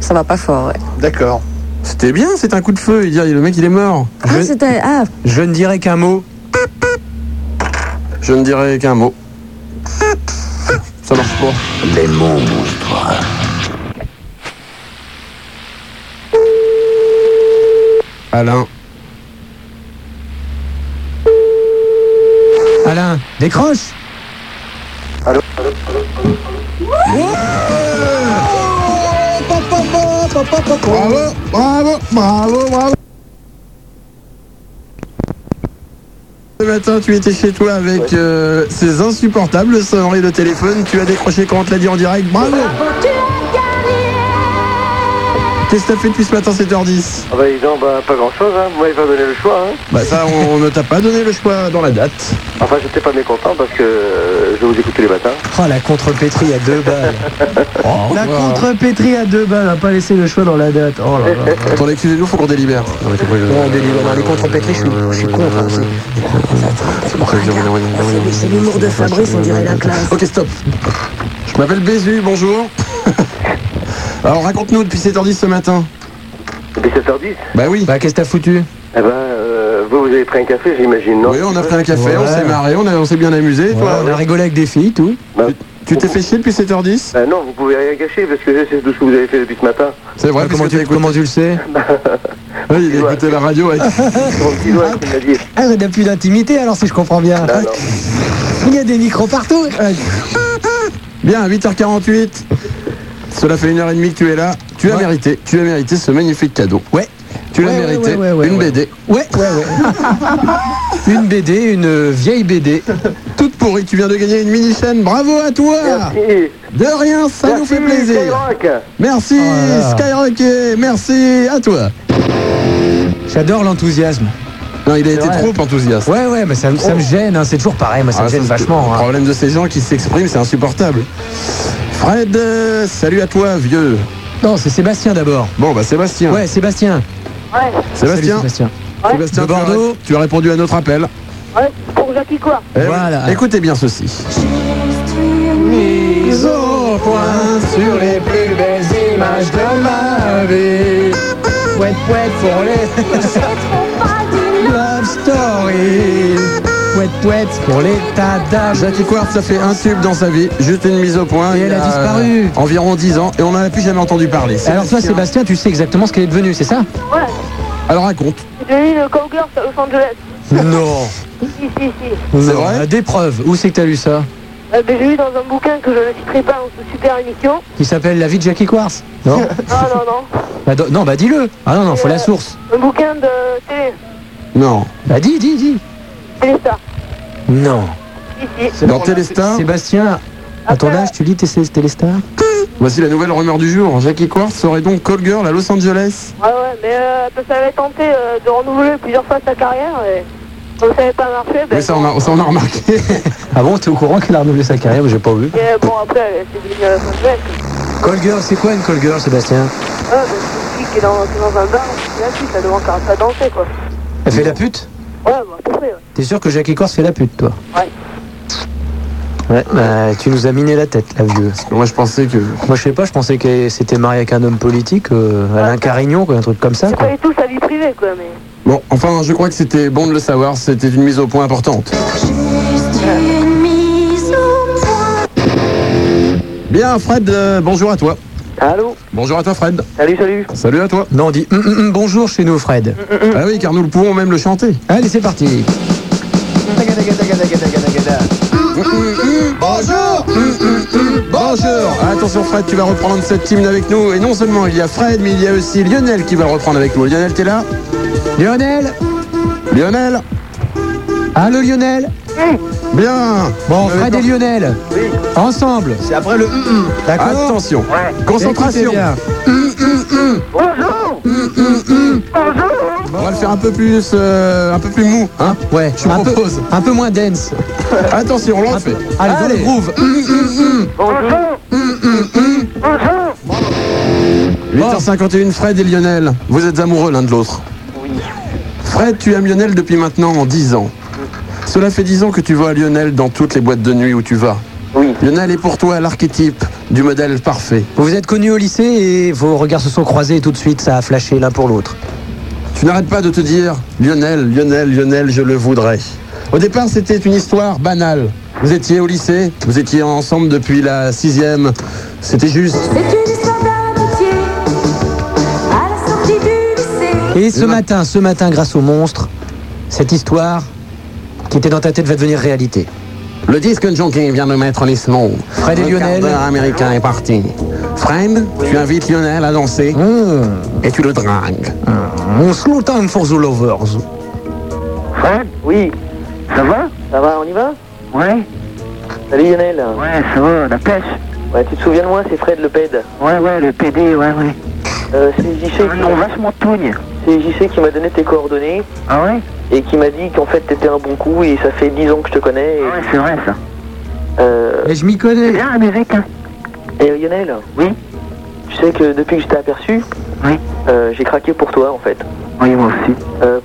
Ça va pas fort. ouais.
D'accord.
C'était bien, c'était un coup de feu. Il dit, le mec, il est mort.
Ah, c'était. Ah,
Je ne dirai qu'un mot.
Je ne dirai qu'un mot. Ça marche pas.
Les monstres.
Alain.
Alain, décroche.
Allô
Bravo, bravo, bravo, bravo. Ce matin, tu étais chez toi avec euh, ces insupportables sonneries de téléphone. Tu as décroché quand on te l'a dit en direct. Bravo Qu'est-ce que t'as fait depuis ce matin 7h10
Ah bah, dis donc, bah, pas grand chose, hein. Vous m'avez pas donné le choix, hein.
Bah ça, on ne t'a pas donné le choix dans la date.
Enfin, j'étais pas mécontent parce que euh, euh, je vous écoute tous les matins.
Oh, la contre-pétrie à deux balles. Oh,
La
wow.
contre-pétrie à deux balles, on va pas laisser le choix dans la date. Oh là là.
Attendez, excusez-nous, faut qu'on délibère. Non,
on délibère. Non, les contre-pétries, je suis- je suis contre. hein, c'est-
C'est l'humour de Fabrice, on dirait la classe. Ok, (laughs) stop. Je m'appelle Bézu, (laughs) bonjour. Alors raconte-nous depuis 7h10 ce matin.
Depuis 7h10
Bah oui. Bah qu'est-ce que t'as foutu
Eh ben, euh, vous, vous avez pris un café, j'imagine, non
Oui, on a pris un café, on s'est marré, on, a- on s'est bien amusé. toi, on a rigolé avec des filles, tout. tu t'es fait chier depuis 7h10
Euh, non, vous pouvez rien gâcher parce que je sais tout ce que vous avez fait depuis ce matin.
C'est vrai, Bah, comment tu, comment tu le sais (laughs) Oui, il a écouté la radio. (laughs) ouais.
Mon petit doigt qui m'a dit.
Ah, il n'a plus d'intimité alors si je comprends bien. (laughs) Il y a des micros partout. Euh,
Bien, 8h48. Cela fait une heure et demie que tu es là. Tu as mérité, tu as mérité ce magnifique cadeau. Ouais. Tu l'as
Ouais, ouais,
mérité.
ouais, ouais, ouais,
une
ouais.
BD.
Ouais, ouais, ouais. (laughs) Une BD, une euh, vieille BD.
Toute pourrie. Tu viens de gagner une mini chaîne. Bravo à toi.
Merci.
De rien, ça nous fait plaisir. Merci Skyrock. et Merci à toi.
J'adore l'enthousiasme.
Non, il a été trop enthousiaste.
Ouais, ouais, mais ça, me- ça me gêne, hein, c'est toujours pareil, moi ça
Ah,
me
ça,
gêne
c'est-
vachement.
Le
hein.
problème de ces gens qui s'expriment, c'est insupportable. Fred, euh, salut à toi, vieux.
Non, c'est Sébastien d'abord.
Bon, bah Sébastien.
Ouais, Sébastien.
Ouais.
Sébastien.
Salut, Sébastien.
Sébastien,
De
tu as-
Bordeaux.
tu as répondu à notre appel.
Ouais, pour Jackie quoi
Eh oui. Écoutez bien ceci.
Mise au point sur les plus belles images de ma vie. Pouet, pouet, pour les. Love story. Pouet, pouet, pour les tadas.
Jackie Quartz a fait un tube dans sa vie, juste une mise au point.
Et
il
elle a
y
disparu.
euh, Environ 10 ans, et on n'en a plus jamais entendu parler.
Alors toi, Sébastien, tu sais exactement ce qu'elle est devenue, c'est ça
Ouais,
Alors raconte.
j'ai eu le cowgirl à Los Angeles.
Non.
Si, si, si.
C'est vrai Des preuves. Où c'est que t'as lu ça
Euh, ben, j'ai eu dans un bouquin que je ne citerai pas en super émission.
Qui s'appelle La vie de Jackie Quartz Non (laughs)
Non, non, non.
Bah, do- Non, bah dis-le. Ah non, non, faut la source.
Un bouquin de télé.
Non.
Bah dis, dis, dis.
Téléstar.
Non.
Si, si.
Sébastien, à ton âge, tu lis tes Téléstar
Voici la nouvelle rumeur du jour. Jackie Quartz serait donc call girl à Los Angeles.
Ouais, ouais, mais euh, parce qu'elle avait tenté euh, de renouveler plusieurs fois sa carrière et comme ça n'avait pas marché, ben.
Oui, ça on a, ça, on a remarqué.
Ah bon, t'es au courant qu'elle a renouvelé sa carrière mais J'ai pas vu.
Et euh, bon, après, elle s'est devenue euh, à Los Angeles.
Call girl, c'est quoi une call girl, Sébastien
Ouais, ben, c'est une fille qui est dans, qui est dans un bar, c'est la pute, elle devant qu'elle arrête pas de danser quoi.
Elle fait la pute
Ouais, bon, à peu près, ouais.
T'es sûr que Jackie Corse fait la pute, toi
Ouais.
Ouais, bah, tu nous as miné la tête, la vieux.
moi, je pensais que.
Moi, je sais pas, je pensais qu'elle s'était mariée avec un homme politique, euh, Alain Carignon, quoi, un truc comme ça,
C'est
quoi.
pas du tout sa vie privée quoi, mais.
Bon, enfin, je crois que c'était bon de le savoir. C'était une mise au point importante. Bien, Fred, euh, bonjour à toi.
Allô
Bonjour à toi, Fred.
Salut, salut.
Salut à toi.
Non, on dit hum, hum, hum, bonjour chez nous, Fred.
Mm,
Ah oui, car nous le pouvons même le chanter.
Allez, c'est parti.
Bonjour Bonjour Attention Fred, tu vas reprendre cette team avec nous. Et non seulement il y a Fred, mais il y a aussi Lionel qui va le reprendre avec nous. Lionel, t'es là
mm.
Lionel
Lionel
Allô, Lionel
Bien
Bon, Fred et Lionel, ensemble.
Euh, C'est après le hum, hum.
D'accord
Attention
Écoutez
Concentration
bien.
Bonjour
On va le faire un peu plus, euh, un peu plus mou, hein
Ouais,
je vous
un peu-
propose.
un peu moins dense.
Attention, on Hum, l'a fait.
Allez, dans le groove.
Bonjour
Hum,
Bonjour
8h51, Fred et Lionel, vous êtes amoureux l'un de l'autre. Fred, tu aimes Lionel depuis maintenant 10 ans. Cela fait 10 ans que tu vois Lionel dans toutes les boîtes de nuit où tu vas. Lionel est pour toi l'archétype du modèle parfait.
Vous vous êtes connus au lycée et vos regards se sont croisés et tout de suite ça a flashé l'un pour l'autre.
Tu n'arrêtes pas de te dire Lionel, Lionel, Lionel, je le voudrais. Au départ, c'était une histoire banale. Vous étiez au lycée, vous étiez ensemble depuis la sixième. C'était juste.
Et ce matin, ce matin, grâce au monstre, cette histoire qui était dans ta tête va devenir réalité.
Le disque jockey vient de mettre les snows.
Fred et
Le
Lionel.
quart d'heure américain est parti. Fred, tu invites Lionel à danser et tu le dragues.
On slow time Mmh, for the lovers.
Fred Oui. Ça va Ça va, on y va Ouais.
Salut Lionel.
Ouais, ça va, la pêche.
Ouais, tu te souviens de moi, c'est Fred le PED.
Ouais, ouais, le PD, ouais, ouais. Ah,
Euh, c'est JC. qui-
Non, vachement togne.
C'est JC qui m'a donné tes coordonnées
Ah ouais
et qui m'a dit qu'en fait t'étais un bon coup et ça fait 10 ans que je te connais. Et...
Ah Ouais, c'est vrai ça.
Mais je m'y connais. Bien américain. Et Lionel Oui. Tu sais que depuis que je t'ai aperçu, oui. j'ai craqué pour toi en fait. Oui, moi aussi.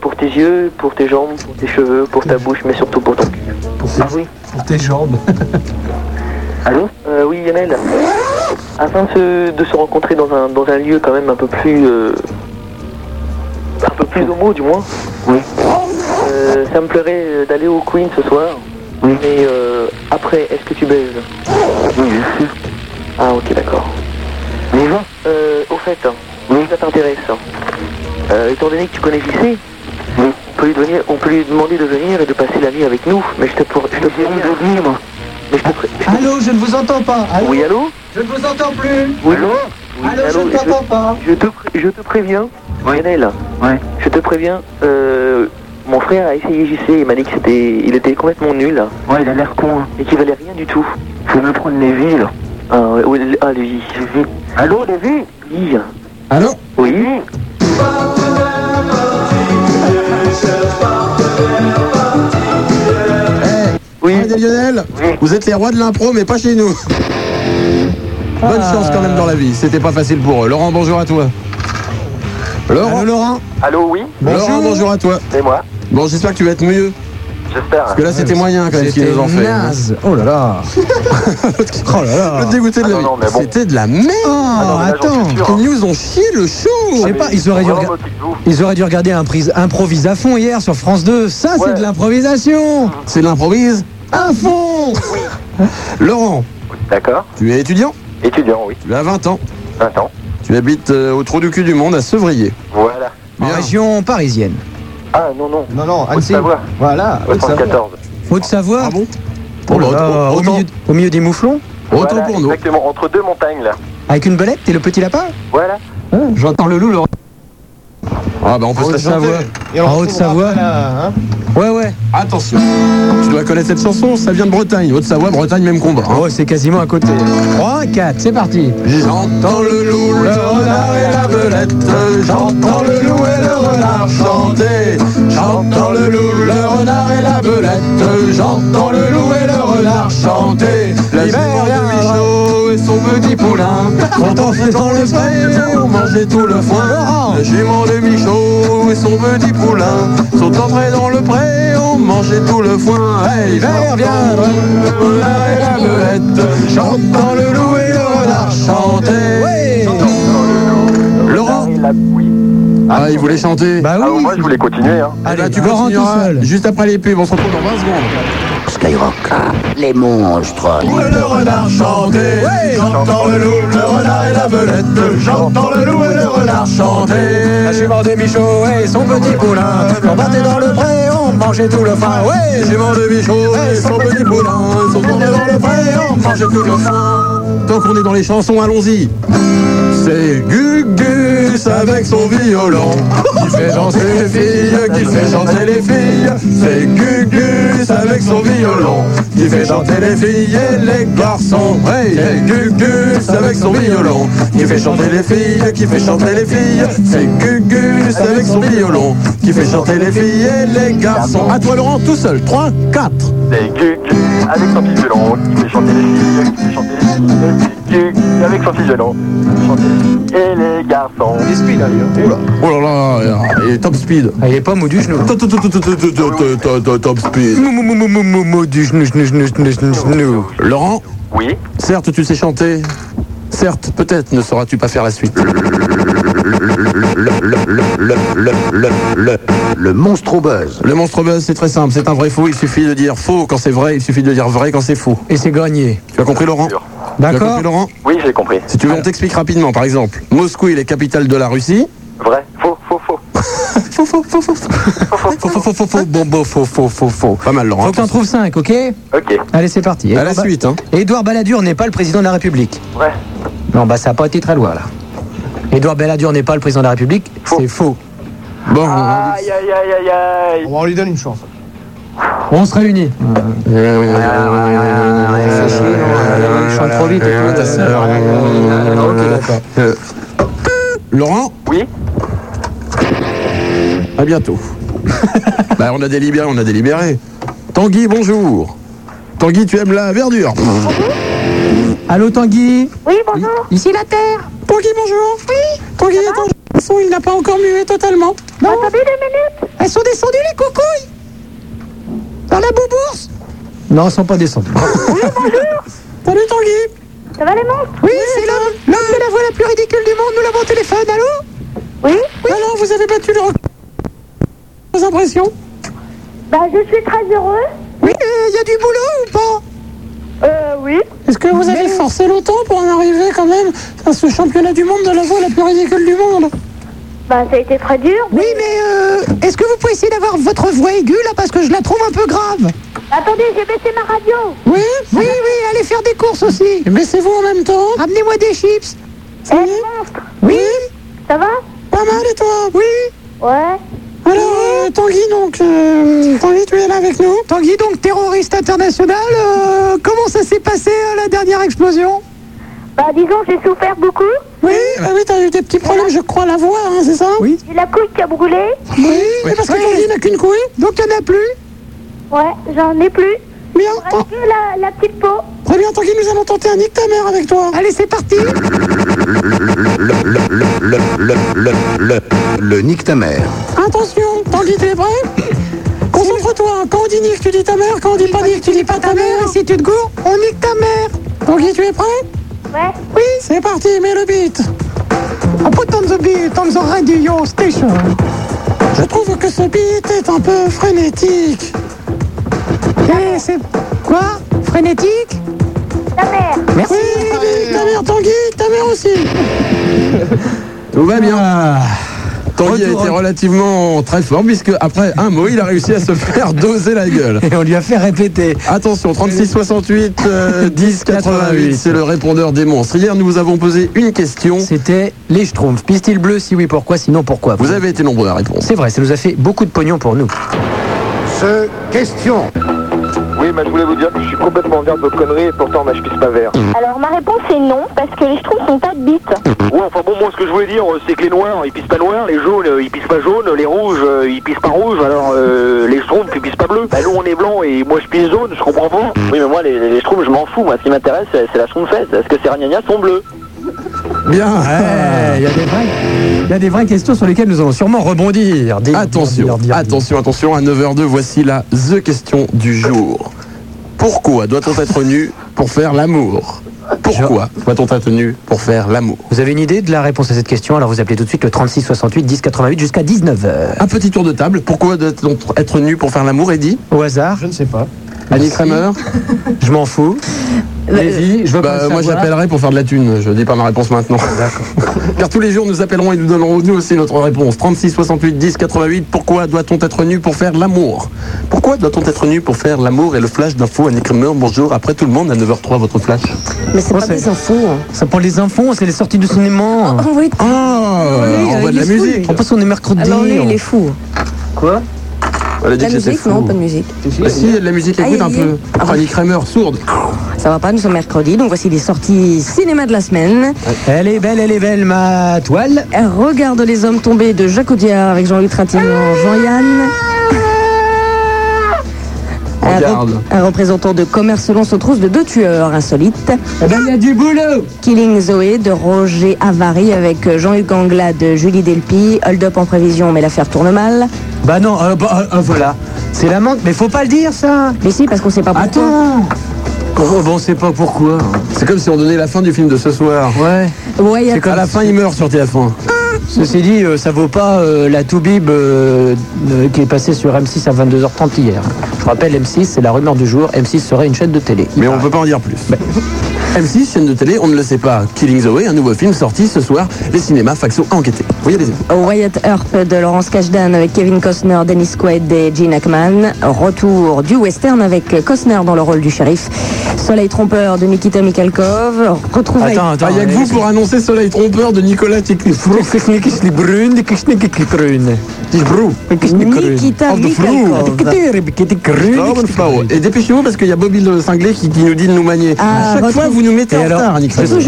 pour tes yeux, pour tes jambes, pour tes cheveux, pour ta bouche, mais surtout pour ton cul. ah oui.
Pour tes jambes.
Allô euh, Oui, Lionel. Afin de se, de se rencontrer dans un, dans un lieu quand même un peu plus. euh, un peu plus homo, du moins. Oui. ça me plairait euh, d'aller au Queen ce soir. Oui. Mais euh, après, est-ce que tu baises Oui, bien sûr. Ah, ok, d'accord. Mais va euh, Au fait, oui. ça t'intéresse. Euh, étant donné que tu connais JC, oui. on, peut lui donner- on peut lui demander de venir et de passer la nuit avec nous. Mais je te pourrais. Je te pourrais venir, moi. Mais je te pourrais.
Allô, je ne vous entends pas. Allô
Oui, allô
Je ne vous entends plus.
Oui, allô
Allô, je ne t'entends pas.
Je te, pré- je te préviens, Lionel. Je te préviens, euh, mon frère a essayé JC et m'a dit qu'il était, il était complètement nul. Ouais, il a l'air con. Et qu'il valait rien du tout. Faut me prendre Lévi, là. Ah, ouais, ouais, ah Lévi. Allô, Lévi Oui.
Allô
Oui.
Oui. Lionel, vous êtes les rois de l'impro, mais pas chez nous. Bonne chance quand même dans la vie. C'était pas facile pour eux. Laurent, bonjour à toi. Laurent. Laurent.
Allô, oui
Laurent, bonjour à toi.
C'est moi.
Bon, j'espère que tu vas être mieux.
J'espère.
Parce que là, c'était moyen quand même ce qu'ils nous ont fait. Oh là là. oh là là. Le dégoûté
Ah
de la vie. C'était de la merde.
attends,
ils nous ont chié le show.
Je
Ah,
sais pas, ils auraient, dû rega- ils auraient dû regarder un prise improvise à fond hier sur France 2. Ça, c'est de l'improvisation.
C'est de l'improvise
à fond.
Laurent.
D'accord.
Tu es étudiant
Étudiant, oui.
Tu as 20 ans.
20 ans.
Tu habites euh, au trou du cul du monde à Sevrier.
Voilà.
En région parisienne.
Ah, non, non.
Non, non, Annecy.
savoir.
Ah,
Voilà. faut savoir.
74.
Faut de savoir. Ah bon
Oh au,
milieu, au milieu des mouflons
Voilà, Exactement, entre deux montagnes, là.
Avec une belette et le petit lapin Hein,
Voilà.
J'entends le loup, Laurent.
Ah bah on peut
En
se la chanter.
Haute-Savoie. En Haute-Savoie. Ouais, ouais.
Attention. Tu dois connaître cette chanson, ça vient de Bretagne. Haute-Savoie, Bretagne, même combat. hein.
Oh, c'est quasiment à côté. 3, 4, c'est parti.
J'entends le loup, le renard et la belette. J'entends le loup et le renard chanter. J'entends le loup, le renard et la belette. J'entends le loup et le renard chanter. L'hiver de Michaud et son petit poulain. Quand on fait dans le frais, on mangeait tout le foin. Le jument de Michaud et son petit poulain sont entrés dans le pré, on mangeait tout le foin. Hey, l'hiver viendra, le renard et la belette. J'entends le loup et le renard chanter. Laurent Ah, il voulait chanter Bah
oui Moi, je voulais continuer, hein.
Allez, tu continueras juste après les pubs, on se retrouve dans 20 secondes.
Skyrock,
Ah,
les monstres.
Le renard chanter, j'entends le loup, le renard et la belette, j'entends le loup et le renard chanter.
La jument de Michaud et son petit poulain. On battait dans le pré, on mangeait tout le fin. Ouais, Eh,
Les jument de Michaud et son petit poulain sont tournés dans le pré, on mangeait tout le foin. Tant qu'on est dans les chansons, allons-y. C'est Gugus avec son violon qui fait danser les filles, qui fait chanter les filles. C'est Gugus avec son violon qui fait chanter les filles et les garçons. Hey, c'est Gugus avec son violon qui fait chanter les filles, qui fait chanter les filles. C'est Gugus avec son violon qui fait chanter les filles et les garçons. À toi Laurent, tout seul. 3, 4.
C'est Gugu avec son petit violon qui fait chanter les filles, qui fait chanter les filles. C'est Gugu avec son petit violon chanter les filles et les garçons. Les speed, d'ailleurs.
Oh là là, il est top speed.
Ah, il est pas mou du genou.
Top speed.
Mou, mou, mou, mou, mou, mou, mou, du genou, genou, genou, genou, genou, genou.
Laurent
Oui
Certes, tu sais chanter. Certes, peut-être ne sauras-tu pas faire la suite.
Le monstre au buzz.
Le monstre buzz, c'est très simple. C'est un vrai faux. Il suffit de dire faux quand c'est vrai. Il suffit de dire vrai quand c'est faux.
Et c'est gagné.
Tu as compris, Laurent Tu as
D'accord.
compris, Laurent
Oui, j'ai compris.
Si tu veux, on t'explique rapidement. Par exemple, Moscou est la capitale de la Russie.
Vrai, faux, faux, faux.
Faux, faux, faux, faux. Faux, faux, faux, faux, faux. Bon, bon, faux, faux, faux, faux. Pas mal, Laurent.
Faut que t'en trouves 5, ok
Ok.
Allez, c'est parti.
À la
Édouard Ba-
suite, hein.
Édouard Balladur n'est pas le président de la République.
Ouais.
Non, bah ça n'a pas été très loin, là. Édouard Balladur n'est pas le président de la République, c'est faux.
Bon,
Aïe, aïe, aïe, aïe, aïe.
On lui donne une chance.
on se
Euh,
réunit. Euh,
Je chante trop vite.
euh,
Laurent
Oui
À bientôt. bah, on a délibéré, on a délibéré. Tanguy, bonjour. Tanguy, tu aimes la verdure
Allô Tanguy
Oui, bonjour.
Ici la Terre
Tanguy, bonjour. Oui. Tanguy, attends, le son, il n'a pas encore mué totalement. Non. Attendez deux minutes. Elles sont descendues, les coucouilles Dans la boubourse
Non, ils sont pas descendus.
Oui, bonjour. Salut, Tanguy. Ça va, les monstres Oui, c'est l'homme. L'homme de la voix la plus ridicule du monde. Nous l'avons au téléphone, allô Oui. Alors, vous avez battu le record. Vos impressions Bah, je suis très heureux. Oui, il y a du boulot ou pas Euh, oui. Est-ce que vous avez forcé longtemps pour en arriver quand même à ce championnat du monde de la voix la plus ridicule du monde Bah, ça a été très dur. Oui, mais euh, est-ce que vous pouvez essayer d'avoir votre voix aiguë là parce que je la trouve un peu grave Attendez, j'ai baissé ma radio. Oui, oui, oui, allez faire des courses aussi. Baissez-vous en même temps. Amenez-moi des chips. Eh, monstre Oui Ça va Pas mal et toi Oui Ouais. Alors, euh, Tanguy, donc, euh, Tanguy, tu es là avec nous Tanguy, donc, terroriste international, euh, comment ça s'est passé euh, la dernière explosion Bah, disons, j'ai souffert beaucoup. Oui, bah oui, t'as eu des petits problèmes, je crois, à la voix, hein, c'est ça Oui. Et la couille qui a brûlé Oui, mais parce que Tanguy n'a qu'une couille, donc il n'y en a plus Ouais, j'en ai plus. Bien. la, petite peau. Très bien, Tanguy, nous allons tenter un nique ta mère avec toi. Allez, c'est parti
Le, le, le, le, le, le, le, le, le nique ta mère.
Attention, Tanguy, t'es prêt Concentre-toi, hein. quand on dit nique, tu dis ta mère, quand on dit pas nique, tu dis pas ta mère, et si tu te gourres, on nique ta mère. Tanguy, tu es prêt Ouais. Oui, c'est parti, mets le beat. On put on the beat on the radio station. Je trouve que ce beat est un peu frénétique. Eh, c'est quoi Frénétique Ta mère. Merci. Oui, oui, ta mère, Tanguy, ta mère aussi.
(laughs) Tout va bien.
Ah,
Tanguy a été relativement très fort puisque après un mot, il a réussi à se (laughs) faire doser la gueule.
Et on lui a fait répéter.
Attention, 36 68
(laughs)
euh, 10 88, c'est le répondeur des monstres. Hier, nous vous avons posé une question.
C'était les Schtroumpfs. Pistil bleu, si oui, pourquoi, sinon pourquoi
Vous avez été nombreux à répondre.
C'est vrai, ça nous a fait beaucoup de pognon pour nous.
Ce question.
Oui, mais je voulais vous dire que je suis complètement vert de vos conneries et pourtant, bah, je pisse pas vert.
Alors ma réponse est non, parce que les schtroumpfs n'ont pas de bite.
Ouais, enfin bon, moi, ce que je voulais dire, euh, c'est que les noirs, ils pissent pas noirs, les jaunes, euh, ils pissent pas jaunes, les rouges, euh, ils pissent pas rouges, alors euh, les schtroumpfs, ils pissent pas bleus. Bah, nous, on est blanc et moi, je pisse jaune, je comprends pas. Oui, mais moi, les, les schtroumpfs, je m'en fous. Moi, ce qui m'intéresse, c'est c'est la schtroumpfette. Est-ce que ces ragnagnas sont bleus
Bien.
Il Eh, y a des vraies- il y a des vraies questions sur lesquelles nous allons sûrement rebondir.
(laughs)
Dire,
Attention,
dire, dire, dire.
attention, attention, à 9h02, voici la The question du jour. Pourquoi doit-on être nu pour faire l'amour Pourquoi doit-on être nu pour faire l'amour
Vous avez une idée de la réponse à cette question Alors vous appelez tout de suite le 36 68 10 88 jusqu'à 19h.
Un petit tour de table, pourquoi doit-on être nu pour faire l'amour, Eddy
Au hasard
Je ne sais pas.
Annie Kramer
Je m'en fous.
Euh,
Vas-y, je veux pas
Bah,
le
moi
savoir.
j'appellerai pour faire de la thune, je dis pas ma réponse maintenant. (laughs) Car tous les jours nous appellerons et nous donnerons nous aussi notre réponse. 36 68 10 88, pourquoi doit-on être nu pour faire l'amour Pourquoi doit-on être nu pour faire l'amour et le flash d'info Annie Kramer, bonjour, après tout le monde à 9h03 votre flash.
Mais c'est
Oh,
pas
c'est-
des infos. hein.
Ça prend les infos, c'est les sorties de cinéma.
Oh, oui.
Ah, on voit de la musique.
En plus, on est mercredi.
Alors lui,
on-
il est fou.
Quoi
Elle a dit
La
que j'étais
musique,
fou.
non, pas de musique.
Bah si, il y a de la musique
Aïe,
écoute un
aïe,
peu.
aïe.
Enfin, Annie Kramer, sourde.
Ça va pas, nous sommes mercredi, donc voici les sorties cinéma de la semaine.
Elle est belle, elle est belle, ma toile.
Regarde les hommes tombés de Jacques Audiard avec Jean-Luc Trintignant, Jean-Yann. Un,
Regarde.
rep- un représentant de commerce selon se trousse de deux tueurs insolites.
Eh ben, il y a du boulot
Killing Zoé de Roger Avary avec Jean-Hugues Anglade, Julie Delpy. Hold up en prévision, mais l'affaire tourne mal.
Bah non, euh, bah, euh, voilà. C'est la menthe, mais faut pas le dire ça.
Mais si, parce qu'on sait pas pourquoi.
Attends. Oh, bon, on sait pas pourquoi.
C'est comme si on donnait la fin du film de ce soir.
Ouais.
Ouais, il y a-
C'est
À la fin, il meurt sur TF1.
Ceci dit, euh, ça vaut pas euh, la toubib euh, euh, qui est passée sur M6 à 22h30 hier. Je rappelle, M6, c'est la rumeur du jour. M6 serait une chaîne de télé. Il
Mais on
paraît.
peut pas en dire plus. M6, chaîne de télé, on ne le sait pas. Killing Zoe, un nouveau film sorti ce soir. Les cinémas, Faxo a enquêté. Voyez les émotions.
Wyatt Earp de Laurence Kasdan avec Kevin Costner, Dennis Quaid et Gene Hackman. Retour du western avec Costner dans le rôle du shérif. Soleil trompeur de Nikita Mikhalkov. Retrouvailles.
Attends, attends. Ah, Il n'y a que vous pour annoncer Soleil Trompeur de Nicolas Brune.
Nikita Mikhalkov.
Et dépêchez-vous parce qu'il y a Bobby le cinglé qui, qui nous dit de nous manier. à chaque fois, vous nous mettez
Et
en
alors,
retard, Nicolas.
je- je sais-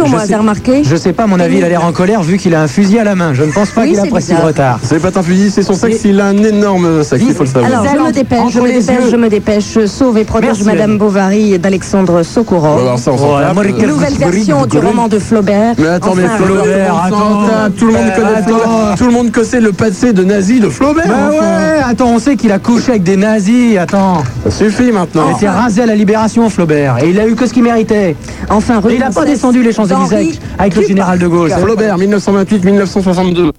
Je sais pas, à mon avis, il a l'air en colère vu qu'il a un fusil à la main. Je ne pense pas qu'il apprécie le retard.
C'est pas un fusil, c'est son sexe. Il a un énorme sexe, il faut le savoir.
Alors, je me dépêche, je me dépêche, je me dépêche. Sauve et protège
Merci,
Madame
Anne.
Bovary d'Alexandre
Bon,
Socorro.
alors ça, on s'en tape.
Nouvelle version du roman de Flaubert.
Mais attends, mais
Enfin,
Flaubert,
roman.
attends, tout le monde connaît Flaubert, tout le monde connaît le passé de nazi de Flaubert.
Bah ouais, attends, on sait qu'il a couché avec des nazis, attends.
Ça suffit maintenant.
Il était rasé à la libération, Flaubert, et il a eu que ce qu'il méritait.
Enfin,
Et il n'a pas descendu les Champs-Élysées avec- avec le général de Gaulle.
Flaubert, 1928-1962.